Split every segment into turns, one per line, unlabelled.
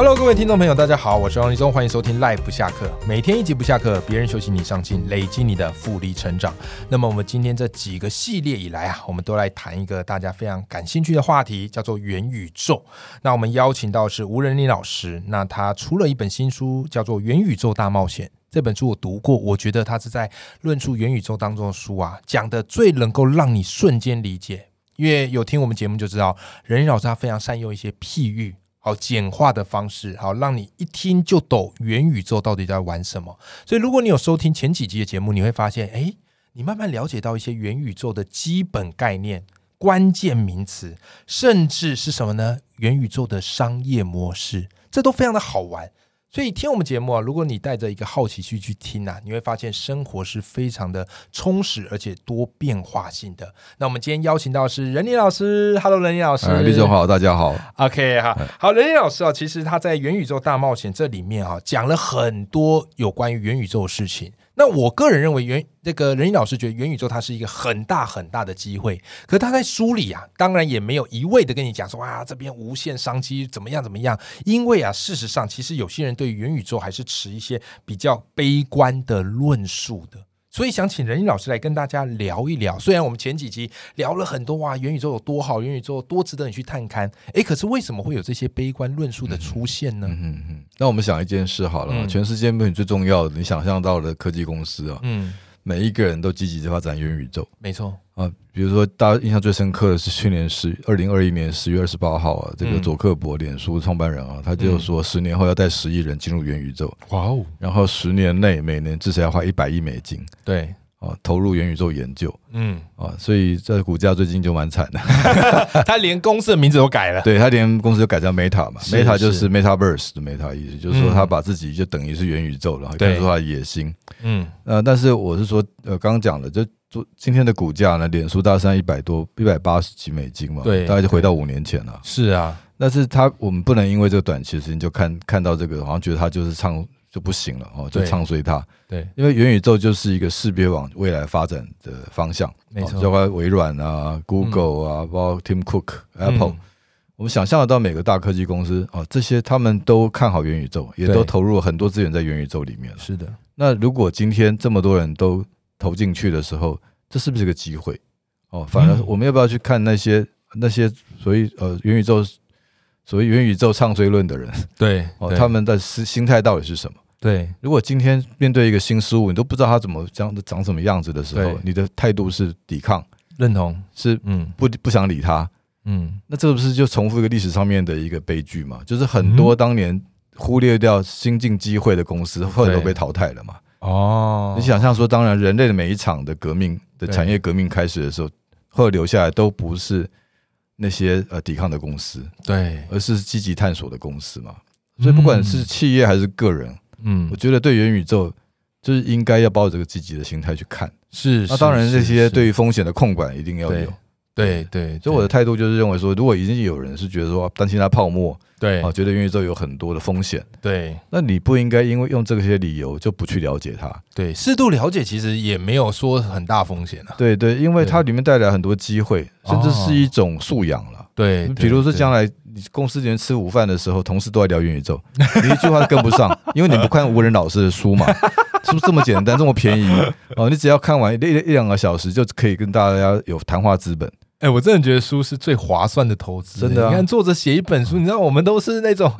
Hello，各位听众朋友，大家好，我是王立中，欢迎收听 Live 不下课，每天一集不下课，别人休息你上进，累积你的复利成长。那么我们今天这几个系列以来啊，我们都来谈一个大家非常感兴趣的话题，叫做元宇宙。那我们邀请到的是吴仁林老师，那他出了一本新书，叫做《元宇宙大冒险》。这本书我读过，我觉得他是在论述元宇宙当中的书啊，讲的最能够让你瞬间理解。因为有听我们节目就知道，任老师他非常善用一些譬喻，好简化的方式，好让你一听就懂元宇宙到底在玩什么。所以，如果你有收听前几集的节目，你会发现，哎，你慢慢了解到一些元宇宙的基本概念、关键名词，甚至是什么呢？元宇宙的商业模式，这都非常的好玩。所以听我们节目啊，如果你带着一个好奇心去听啊，你会发现生活是非常的充实而且多变化性的。那我们今天邀请到的是任林老师，Hello，任林老师，
呃，立总好，大家好。
OK 哈，好，任林老师啊，其实他在《元宇宙大冒险》这里面啊，讲了很多有关于元宇宙的事情。那我个人认为元这个任林老师觉得元宇宙它是一个很大很大的机会，可是他在书里啊，当然也没有一味的跟你讲说啊这边无限商机怎么样怎么样，因为啊，事实上其实有些人对于元宇宙还是持一些比较悲观的论述的。所以想请任英老师来跟大家聊一聊。虽然我们前几集聊了很多哇，元宇宙有多好，元宇宙多值得你去探勘。诶，可是为什么会有这些悲观论述的出现呢？
嗯嗯，那我们想一件事好了，
嗯
全世界目前最重要的，你想象到的科技公司啊，
嗯，
每一个人都积极地发展元宇宙
没错，
啊。比如说，大家印象最深刻的是去年十二零二一年十月二十八号啊，这个
嗯
佐克伯脸书创办人啊，他就说十年后要带十亿人进入元宇宙，
哇哦，
然后十年内每年至少要花一百亿美金
对，
啊投入元宇宙研究
嗯，
啊，所以这股价最近就蛮惨的。
他连公司的名字都改了，
对他连公司就改叫 Meta 嘛
是
，Meta 就是是 Metaverse 的 Meta 意思，就是说
嗯
他把自己就等于是元宇宙了，然后
对
看出他的野心。
嗯
呃，但是我是说，呃，刚刚讲了，就昨今天的股价呢，脸书大概一百多，一百八十几美金嘛，
对
大概就回到五年前了。
是啊，
但是它我们不能因为这个短期的时间就看看到这个，好像觉得它就是唱就不行了哦，就
对
唱衰它。
对，
因为元宇宙就是一个势必往未来发展的方向，
没错嗯
哦包括微软啊、Google 啊，包括 Tim Cook、Apple，我们想象得到每个大科技公司啊，这些他们都看好元宇宙，也
对
都投入了很多资源在元宇宙里面了。
是的，
那如果今天这么多人都投进去的时候，这是不是个机会？哦，反而
嗯
我们要不要去看那些那些所谓呃元宇宙所谓元宇宙唱衰论的人
对，
哦，他们的心心态到底是什么？
对，
如果今天面对一个新事物，你都不知道它怎么长长什么样子的时
对
候，你的态度是抵抗，
认同，
是
嗯
不不想理它，
嗯，
那这不是就重复一个历史上面的一个悲剧嘛？就是很
嗯
多当年忽略掉新进机会的公司，后来都被淘汰了嘛。
哦
你想象说，当然人类的每一场的革命的产业革命开始的时候，后来留下来都不是那些呃抵抗的公司，
对，
而是积极探索的公司嘛。所以不管是企业还是个人，
嗯
我，觉得对元宇宙就是应该要抱着这个积极的心态去看。
是，
那当然，
是
这些，对
是
于风险的控管一定要
对
有。
对对，
所以我的态度就是认为说，如果已经有人是觉得说担心它泡沫
对
啊，觉得元宇宙有很多的风险，
对
那你不应该因为用这些理由就不去了解它。
对，适度了解其实也没有说很大风险啊，
对对，因为它里面带来很多机会，甚至是一种素养了。
哦对，
比如说
对
将来你公司里面吃午饭的时候，同事都在聊元宇宙，你一句话都跟不上， 因为你不看吴仁老师的书嘛， 是不是这么简单，这么便宜？哦，你只要看完一一一两个小时，就可以跟大家有谈话资本。
哎、我真的觉得书是最划算的投资、欸
真的啊
你看作者写一本书，你知道我们都是那 种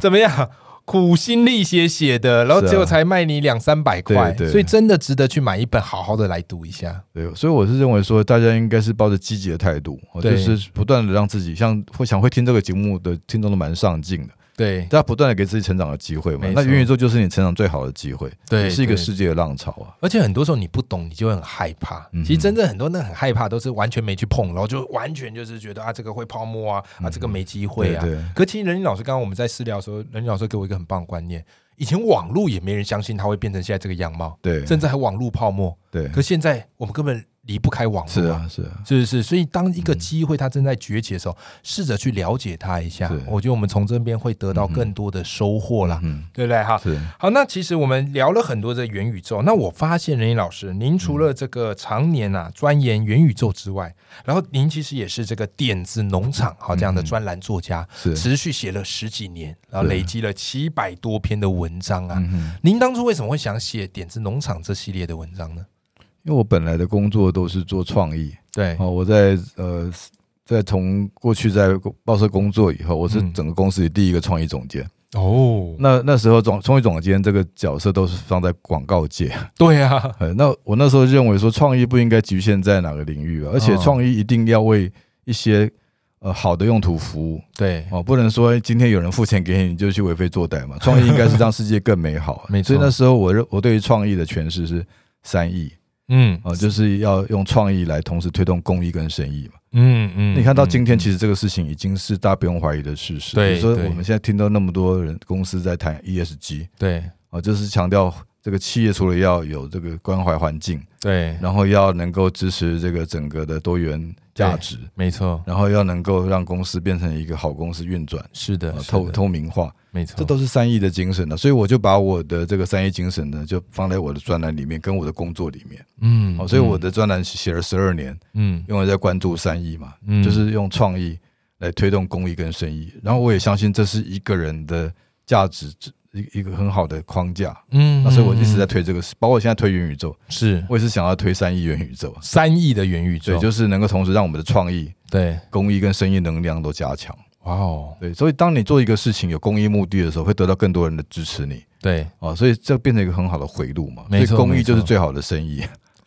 怎么样苦心力写写的，然后
是啊
结果才卖你两三百块，
对对
所以真的值得去买一本，好好的来读一下。
对，所以我是认为说，大家应该是抱着积极的态度，哦
对
就是不断的让自己像会想会听这个节目的听众都蛮上进的，
对
大家不断的给自己成长的机会嘛
没。错
那元宇宙就是你成长最好的机会，
对，
也是一个
对。
世界的浪潮啊。
而且很多时候你不懂，你就会很害怕。
嗯哼
其实真正很多那很害怕，都是完全没去碰，然后就完全就是觉得啊，这个会泡沫啊，啊，这个没机会啊。
嗯对对
可其实任林老师刚刚我们在私聊的时候，任林老师给我一个很棒的观念：以前网络也没人相信它会变成现在这个样貌，
对
甚至还网络泡沫。
对
可现在我们根本离不开网络，
是，啊，是嗯啊，
是不是？所以当一个机会它正在崛起的时候，试着去了解它一下
是，
我觉得我们从这边会得到更多的收获啦，
嗯，
对不对？哈，
是，
好，那其实我们聊了很多这元宇宙。那我发现任英老师，您除了这个常年啊钻研元宇宙之外，然后您其实也是这个点子农
嗯
场好这样的专栏作家，
是
持续写了十几年，然后
是
累积了七百多篇的文章啊。
嗯哼，
您当初为什么会想写点子农场这系列的文章呢？
因为我本来的工作都是做创意，
对，
哦，我在呃，在从过去在报社工作以后，我是
嗯
整个公司里第一个创意总监。
哦，
那那时候总创意总监这个角色都是放在广告界，
对啊，
呃，那我那时候认为说创意不应该局限在哪个领域啊，而
哦
且创意一定要为一些呃好的用途服务
对，，
哦，不能说今天有人付钱给你，你就去为非作歹嘛。创意应该是让世界更美好啊
没错
所以那时候我认我对于创意的诠释是三意
嗯
啊、哦就是要用创意来同时推动公益跟生意嘛。
嗯嗯
你看到今天，其
实
实这个事情已经是大家不用怀疑的事实。
对
比如说
对
我们现在听到那么多人公司在谈 E ESG
对
啊，就是强调这个企业除了要有这个关怀环境，
对，
然后要能够支持这个整个的多元价值，
没错，
然后要能够让公司变成一个好公司运转。
是的
啊，
是
透
的
透明化，
没错，
这都是三亿的精神啊了，所以我就把我的这个三亿精神呢，就放在我的专栏里面，跟我的工作里面。
嗯
哦，所以我的专栏写了十二年，
嗯
因为在关注三亿嘛，
嗯
就是用创意来推动公益跟生意。然后我也相信这是一个人的价值一一个很好的框架。
嗯，
那所以我一直在
嗯
推这个，包括现在推元宇宙，
是
我也是想要推三亿元宇宙，
三亿的元宇
所
宙，
以就是能够同时让我们的创意、
对，
公益跟生意能量都加强。
哇哦，
对，所以当你做一个事情有公益目的的时候，会得到更多人的支持你
对，
哦，所以这变成一个很好的回路嘛。所
没
以
错
公
没
益
错
就是最好的生意，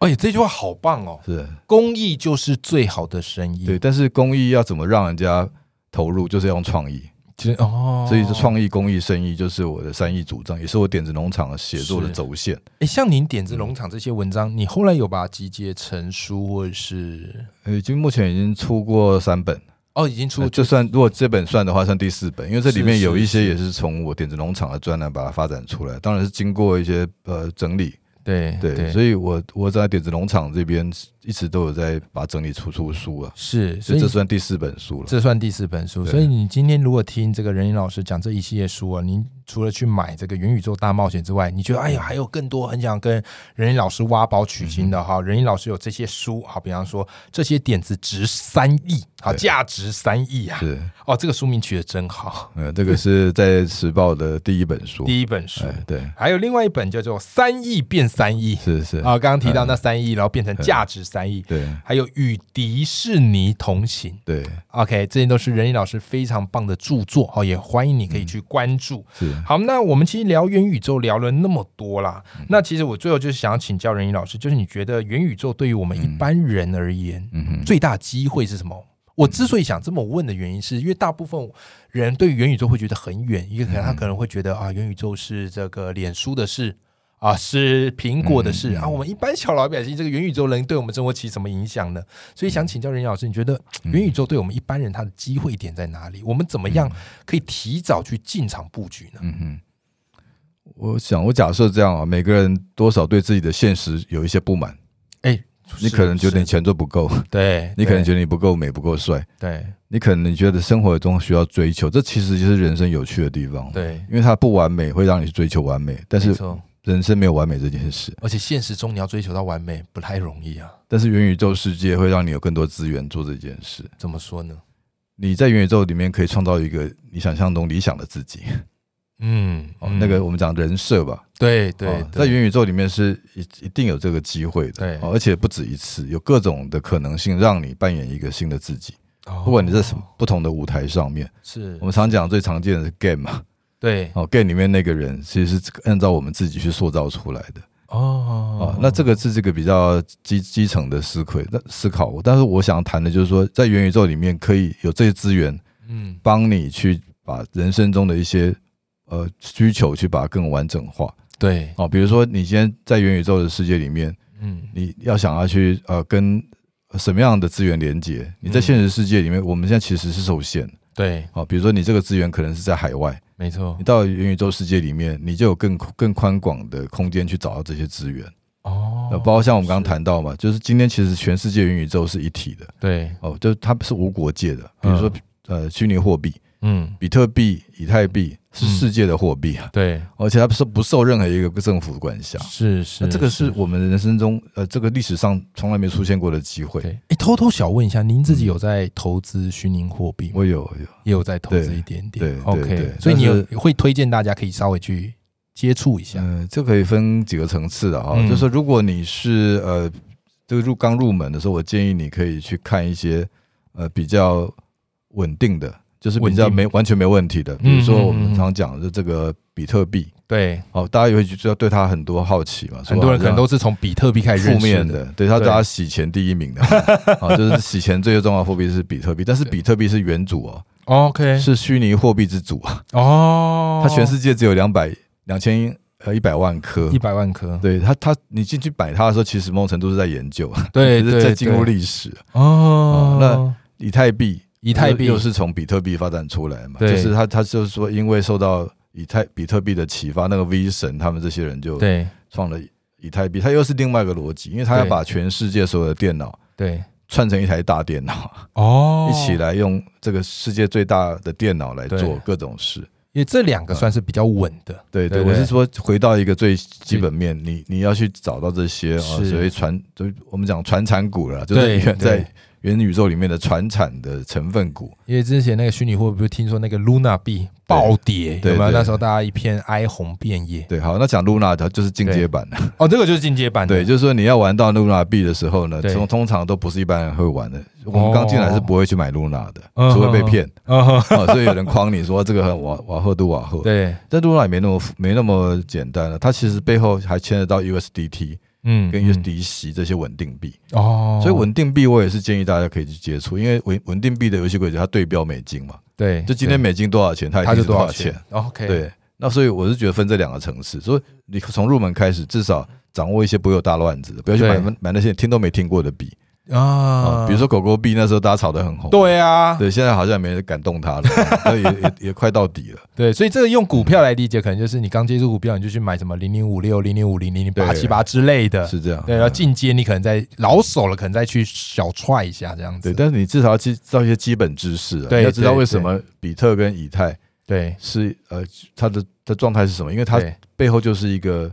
哎呀，这句话好棒哦，
是
公益就是最好的生意，
对。，但是公益要怎么让人家投入，就是要用创意。
其实哦，
所以这，创意、公益、生意就是我的三意主张，也是我点子农场写作的轴线。
哎，像您点子农场这些文章，你后来有把它集结成书，或者是
呃已经目前已经出过三本，
哦，已经出
呃就算如果这本算的话，算第四本，因为这里面
是
有
是
一些也是从我点子农场的专栏把它发展出来，当然是经过一些呃整理，
对
对，
对，
所
以
以我我在点子农场这边一直都有在把它整理出出书啊，
是，
所
所
以
以
这算第四本书了。
这算第四本书，
对
所以你今天如果听这个任英老师讲这一系列书啊，您除了去买这个《元宇宙大冒险》之外，你觉得哎呀还有更多很想跟任英老师挖宝取经
嗯
的哈？任英老师有这些书，啊好，比方说这些点子值三亿，好，
对
价值三亿啊！
是，
哦，这个书名取得真好，
呃，这个是在时报的第一本书，
第一本书，
哎，对，
还有另外一本叫做《三亿变三亿》
是是，
啊，刚刚提到那三亿，然后变成价值三亿，
嗯对
还有《与迪士尼同行》。
对
OK，这些都是任毅老师非常棒的著作，好，也欢迎你可以去关注。
是。
好，那我们其实聊元宇宙聊了那么多啦，
嗯
那其实我最后就是想要请教任毅老师，就是你觉得元宇宙对于我们一般人而言，
嗯哼，
最大机会是什么？我之所以想这么问的原因，是因为大部分人对于元宇宙会觉得很远，一个
嗯
可能他可能会觉得啊，元宇宙是这个脸书的事啊，是苹果的事
嗯嗯
啊，我们一般小老百姓这个元宇宙能对我们生活起什么影响呢？所以想请教任老师，你觉得
嗯
元宇宙对我们一般人他的机会点在哪里？我们怎么样可以提早去进场布局呢？
嗯哼，我想，我假设这样啊，每个人多少对自己的现实有一些不满，
哎，
你可能觉得你
是
钱赚不够，
对，
你可能
对
觉得你不够美、不够帅，
对
你可能觉得生活中需要追求，这其实就是人生有趣的地方。，
对，
因为它不完美会让你去追求完美，但
没
是
错。
人生没有完美这件事。
而且现实中你要追求到完美不太容易啊，
但是元宇宙世界会让你有更多资源做这件事。
怎么说呢？
你在元宇宙里面可以创造一个你想象中理想的自己，
嗯，
哦，
嗯
那个我们讲人设吧，
对对
哦，在
对
元宇宙里面是一一定有这个机会的，
对
哦而且不止一次，有各种的可能性让你扮演一个新的自己，
哦
不管你在什么不同的舞台上面。
是
我，们常讲最常见的是 game 嘛，
对
哦，game 里面那个人其实是按照我们自己去塑造出来的，
哦
哦，那这个是这个比较基基层的思考，那思考。但是我想谈的就是说，在元宇宙里面可以有这些资源，
嗯
帮你去把人生中的一些呃需求去把它更完整化。
对
哦，比如说你今天在元宇宙的世界里面。
嗯
你要想要去呃跟什么样的资源连接？你在现实世界里面，我们现在其实是受限的
对，
啊。比如说你这个资源可能是在海外，
没错
你到元宇宙世界里面，你就有更更宽广的空间去找到这些资源。
哦
呃，包括像我们刚刚谈到嘛，就是今天其实全世界元宇宙是一体的
对，
哦，就是它是无国界的，比如说、呃虚拟货币，
嗯，
比特币、以太币是世界的货币啊，
对，
而且它是不受任何一个政府管辖。
是是
那，这个是我们人生中呃这个历史上从来没出现过的机会。
对。哎，偷偷小问一下，您自己有在投资虚拟货币吗？
嗯我有有。
也有在投资
对
一点点。
对对
OK，
对
所以你有
但
会推荐大家可以稍微去接触一下。
嗯，这可以分几个层次的啊、
嗯
就是说，如果你是呃，这个入刚入门的时候，我建议你可以去看一些呃比较稳定的，就是比较
稳定
没完全没问题的，比如说我
嗯嗯嗯
们
嗯
常讲的这个比特币，
对，
哦，大家也会觉得对它很多好奇嘛，
很多人可能
都。
都是从比特币开始
负
认识
面的，对他
对
大家洗钱第一名的啊，就是洗钱最重要的货币是比特币，但是比特币是元主哦，
OK，
是虚拟货币之主啊，
哦，
它全世界只有两百两千呃一百万颗
一，百万颗。
对它它你进去摆它的时候，其实某种程度是在研究，啊
对
就
对
是
对，
在进入历史。
哦
哦。那以太币，
以太币
又是从比特币发展出来嘛，
对
就是它它就是说因为受到以太比特币的启发，那个 V 神他们这些人就
对
创了以太币，它又是另外一个逻辑，因为它要
对
把全世界所有的电脑。
对
串成一台大电脑，
哦，
一起。来用这个世界最大的电脑来做
对
各种事。
因为这两个算是比较稳的。
对对，
对对
我是说回到一个最基本面，你你要去找到这些啊，
是
所谓传，就我们讲传产股了，就是
对
远
对
在元宇宙里面的传产的成分股。
因为之前那个虚拟货币，不是听说那个 Luna 币暴跌，
对
有没有？
对
那时候大家一片哀鸿遍野。
对，好，那讲 Luna 它就是进阶版的，
哦，这个就是进阶版的。
嗯对，就是说你要玩到 Luna 币的时候呢，
对哦
通通常都不是一般人会玩的。我们刚进来是不会去买 Luna 的，
嗯
除非被骗
嗯哼，
啊，所以有人框你说这个很瓦瓦赫都瓦赫，
对，
但 Luna 也没那么复没那么简单了，它其实背后还牵扯到 USDT
嗯，
跟
嗯
USDC 这些稳定币，
哦，
所以稳定币我也是建议大家可以去接触，因为稳稳定币的游戏规则它对标美金嘛，
对，
就今天
哎对
美金多少钱，它
它
一定
就是
多
多少
少钱
钱，？OK，
对。那所以我是觉得分这两个层次，所以你从入门开始，至少掌握一些不会有大乱子的，不要去买
对
买那些听都没听过的币啊，
啊，
比如说狗狗币，那时候大家炒得很红，
对啊，
对，现在好像也没人敢动它 了，那也也也快到底了。
对，所以这个用股票来理解，可能就是你刚接触股票，你就去买什么零零五六、零零五零、零零八七八之类的，
是这样
对，然后进阶你可能再老手了，可能再去小踹一下这样
对，
子。
但是你至少要知知道一些基本知识、啊，
对
你要知道
对
为什么比特跟以太
对
是呃它的它状态是什么，因为它
对
背后就是一个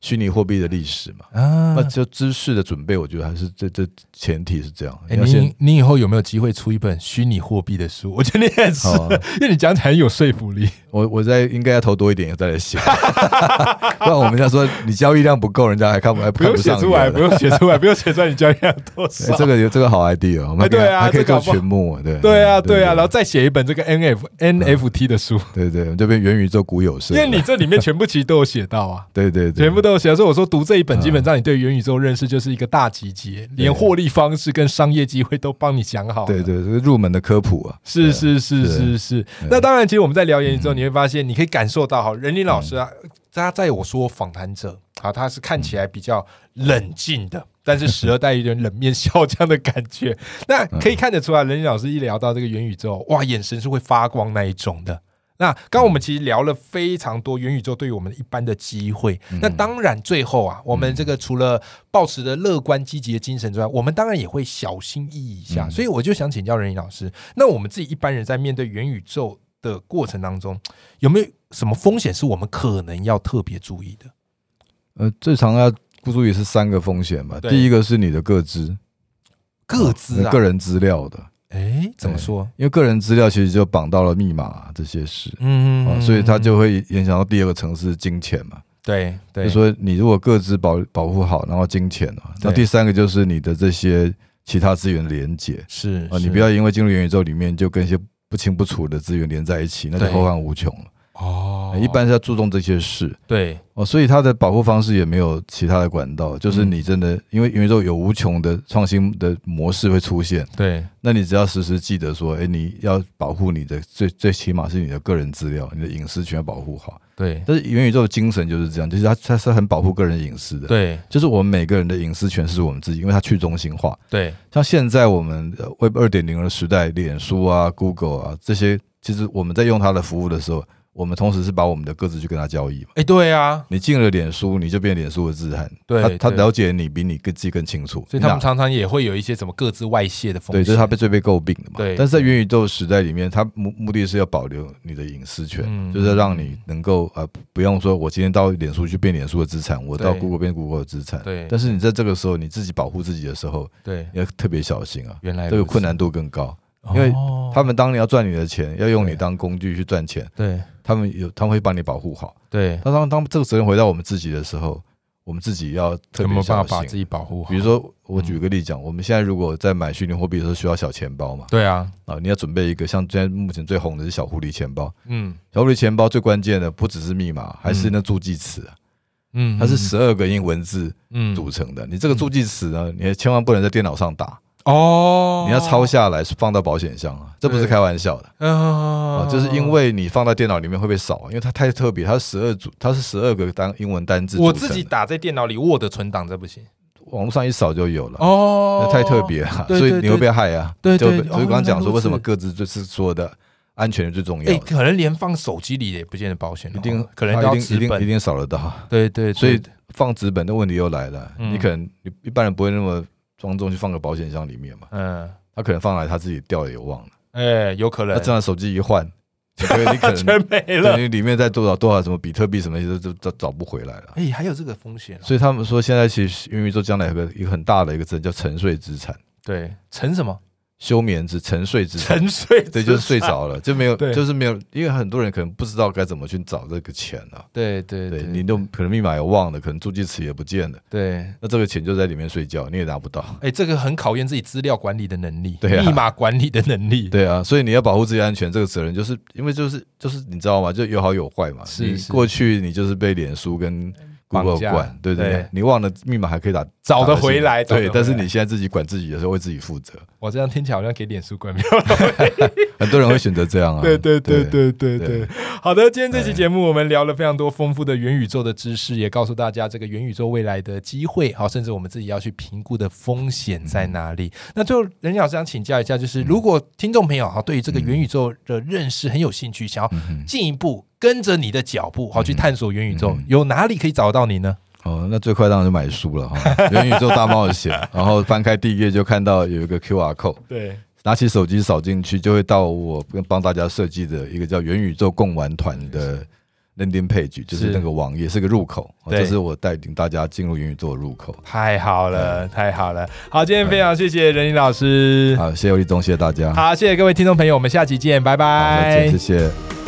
虚拟货币的历史嘛。
啊
那，就知识的准备，我觉得还是这这前提是这样，
哎
你要先
你你以后有没有机会出一本虚拟货币的书？ 我觉得你很适
好
合
啊，
因为你讲起来很有说服力。
我我在应该要投多一点再来写，不然我们要说你交易量不够，人家还看不 还
不
看
用
不
写
上你
出来，不
了。
用写出来， 不用写出来，你交易量多
哎
少？
这个有这个好 idea，我们还哦可以
哎对啊
还可以
这个好
做
不好
群目，对
对啊，对啊，然后再写一本这个 NF NFT 的书，
对对，我们这边元宇宙股有声
因，为你这里面全部其实都有写到啊。
对对对，
全部都有写。所以我说读这一本，基本上你对元宇宙认识就是一个大集结，连获利方式跟商业机会都帮你想好。
对。对，这个入门的科普啊，
是是是
对嗯
是是，那当然，其实我们在聊元宇宙，你会发现，你可以感受到哈，任林老师啊，他在我说访谈者啊，他是看
嗯
起来比较冷静的，但是时而带一点冷面笑匠的感觉。 那可以看得出来，任林老师一聊到这个元宇宙，哇，眼神是会发光那一种的。那刚刚我们其实聊了非常多元宇宙对于我们一般的机会。
嗯
那当然，最后啊，我们这个除了保持着乐观积极的精神之外，我们当然也会小心翼翼一下。
嗯
所以我就想请教任颖老师，那我们自己一般人在面对元宇宙的过程当中，有没有什么风险是我们可能要特别注意的？
呃，最常要注意是三个风险吧。
对
第一个是你的个资，
各自
你
啊，
个人资料的，
哎，怎么说？
因为个人资料其实就绑到了密码、这些事
嗯
啊，所以它就会影响到第二个层次金钱嘛。
对对，
就说你如果个资保保护好，然后金钱啊，那
对
第三个就是你的这些其他资源的连接
是
啊，
是
你不要因为进入元宇宙里面就跟一些不清不楚的资源连在一起，那就
对
后患无穷了。
哦，
哎一般是要注重这些事。
对
哦，所以它的保护方式也没有其他的管道，就是
嗯
你真的因为元宇宙有无穷的创新的模式会出现，
对
那你只要时时记得说，哎，你要保护你的最最起码是你的个人资料，你的隐私权要保护好。
对
但是元宇宙的精神就是这样，就是它它是很保护个人隐私的，，
对
就是我们每个人的隐私权是我们自己，因为它去中心化。
对
像现在我们呃 Web 二点零的时代，脸书啊、Google 啊这些，其实我们在用它的服务的时候，我们同时是把我们的各自去跟他交易嘛。
哎，对啊，
你进了脸书，你就变脸书的自汉，
对
他他
对
了解你比你更自己更清楚，
所以他们
那
常常也会有一些什么各自外泄的风
对，
险。
这是他被最被诟病的嘛。
对
但是在元宇宙时代里面，他目目的是要保留你的隐私权，
嗯
就是让你能够呃不用说，我今天到脸书去变脸书的资产，我到
对
Google 变 Google 的资产。
对
但是你在这个时候你自己保护自己的时候，
对，
你要特别小心啊，
原来
这个
如此
困，难度更高。因为
哎哦
他们当你要赚你的钱，要用你
对
当工具去赚钱，
对
他们有他们会把你保护好。
对，
但当当这个责任回到我们自己的时候，我们自己要特
有没有
别
办法
小
把自
心。
己保护好？嗯
比如，说，我举个例讲，我们现在如果在买虚拟货币的时候需要小钱包嘛，
对啊，
啊，你要准备一个像现在目前最红的是小狐狸钱包。
嗯
小狐狸钱包最关键的不只是密码，还是那助记词啊，
嗯，
它是十二个英文字
嗯
组成的。你这个助记词呢，你也千万不能在电脑上打，
哦，
你要抄下来放到保险箱啊，这不是
对
开玩笑的
啊
啊，就是因为你放到电脑里面会被扫，因为它太特别，它是十二组，它是十二个单英文单字组
我
成的。
自己打在电脑里 Word 存档，这不行
网络上一扫就有了。
哦
那太特，别了，
对
所以
对
你会
对
被害啊。
对对
就
对
所以
哦
刚刚讲
原来
说，
如
为什么
此
各自就是说的安全是最重要
哎，
的。
可能连放手机里也不见得保险哦，
一定
可能
他
要
一定
纸
一定一
本，
定少得到。
对对，对
所以放纸本的问题又来了，
嗯
你可能你一般人不会那么庄重去放个保险箱里面嘛，
嗯，
他可能放来他自己掉了也忘了，
哎，有可
他
能
这样手机一换，你可能你可能
全没
对
了，
你里面再多少多少什么比特币什么东西都都都找不回来了。
哎，还有这个风险哦，
所以他们说，现在其实元宇宙将来有个一个很大的一个字叫沉睡资产、
对，沉什么？
休眠之沉睡资产，
沉睡，
对，就是睡，着了，就没有，
对
就是没有，因为很多人可能不知道该怎么去找这个钱啊。
对对
对，你都可能密码也忘了，可能助记词也不见了，
对，
那这个钱就在里面睡觉，你也拿不到。
哎、这个很考验自己资料管理的能力，
对啊
密码管理的能力。
对啊，所以你要保护自己安全，这个责任就是因为就是就是你知道吗？就有好有坏嘛。
是
你
是
过去你就是被脸书跟
绑
Google
架
管，对对
对
对，你忘了密码还可以打，
找得
打进
回来找得
对，但是
回来
你现在自己管自己的时候会自己负责，
我这样听起来好像给脸书关掉。
很多 人会选择这样啊。
对对对
对
对对
对哎
对，好的，今天这期节目我们聊了非常多丰富的元宇宙的知识，也告诉大家这个元宇宙未来的机会，好，甚至我们自己要去评估的风险在哪里。
嗯
那最后，任老师想请教一下，就是如果听众朋友哈对于这个元宇宙的认识很有兴趣，想要
嗯哼
进一步跟着你的脚步好去探索元宇宙
嗯，
有哪里可以找到你呢？
哦，那最快当然就买书了哈，《元宇宙大冒险》，然后翻开第一页就看到有一个 QR code，
对，
拿起手机扫进去，就会到我帮大家设计的一个叫“元宇宙共玩团”的 landing page，就是那个网页，是个入口。哦
对
这是我带领大家进入元宇宙的入口。
太好了，太好了！好，今天非常谢谢任林老师。
好，谢谢立东，谢谢大家，
好，谢谢各位听众朋友，我们下期见，拜
好，
拜。
再见，谢谢。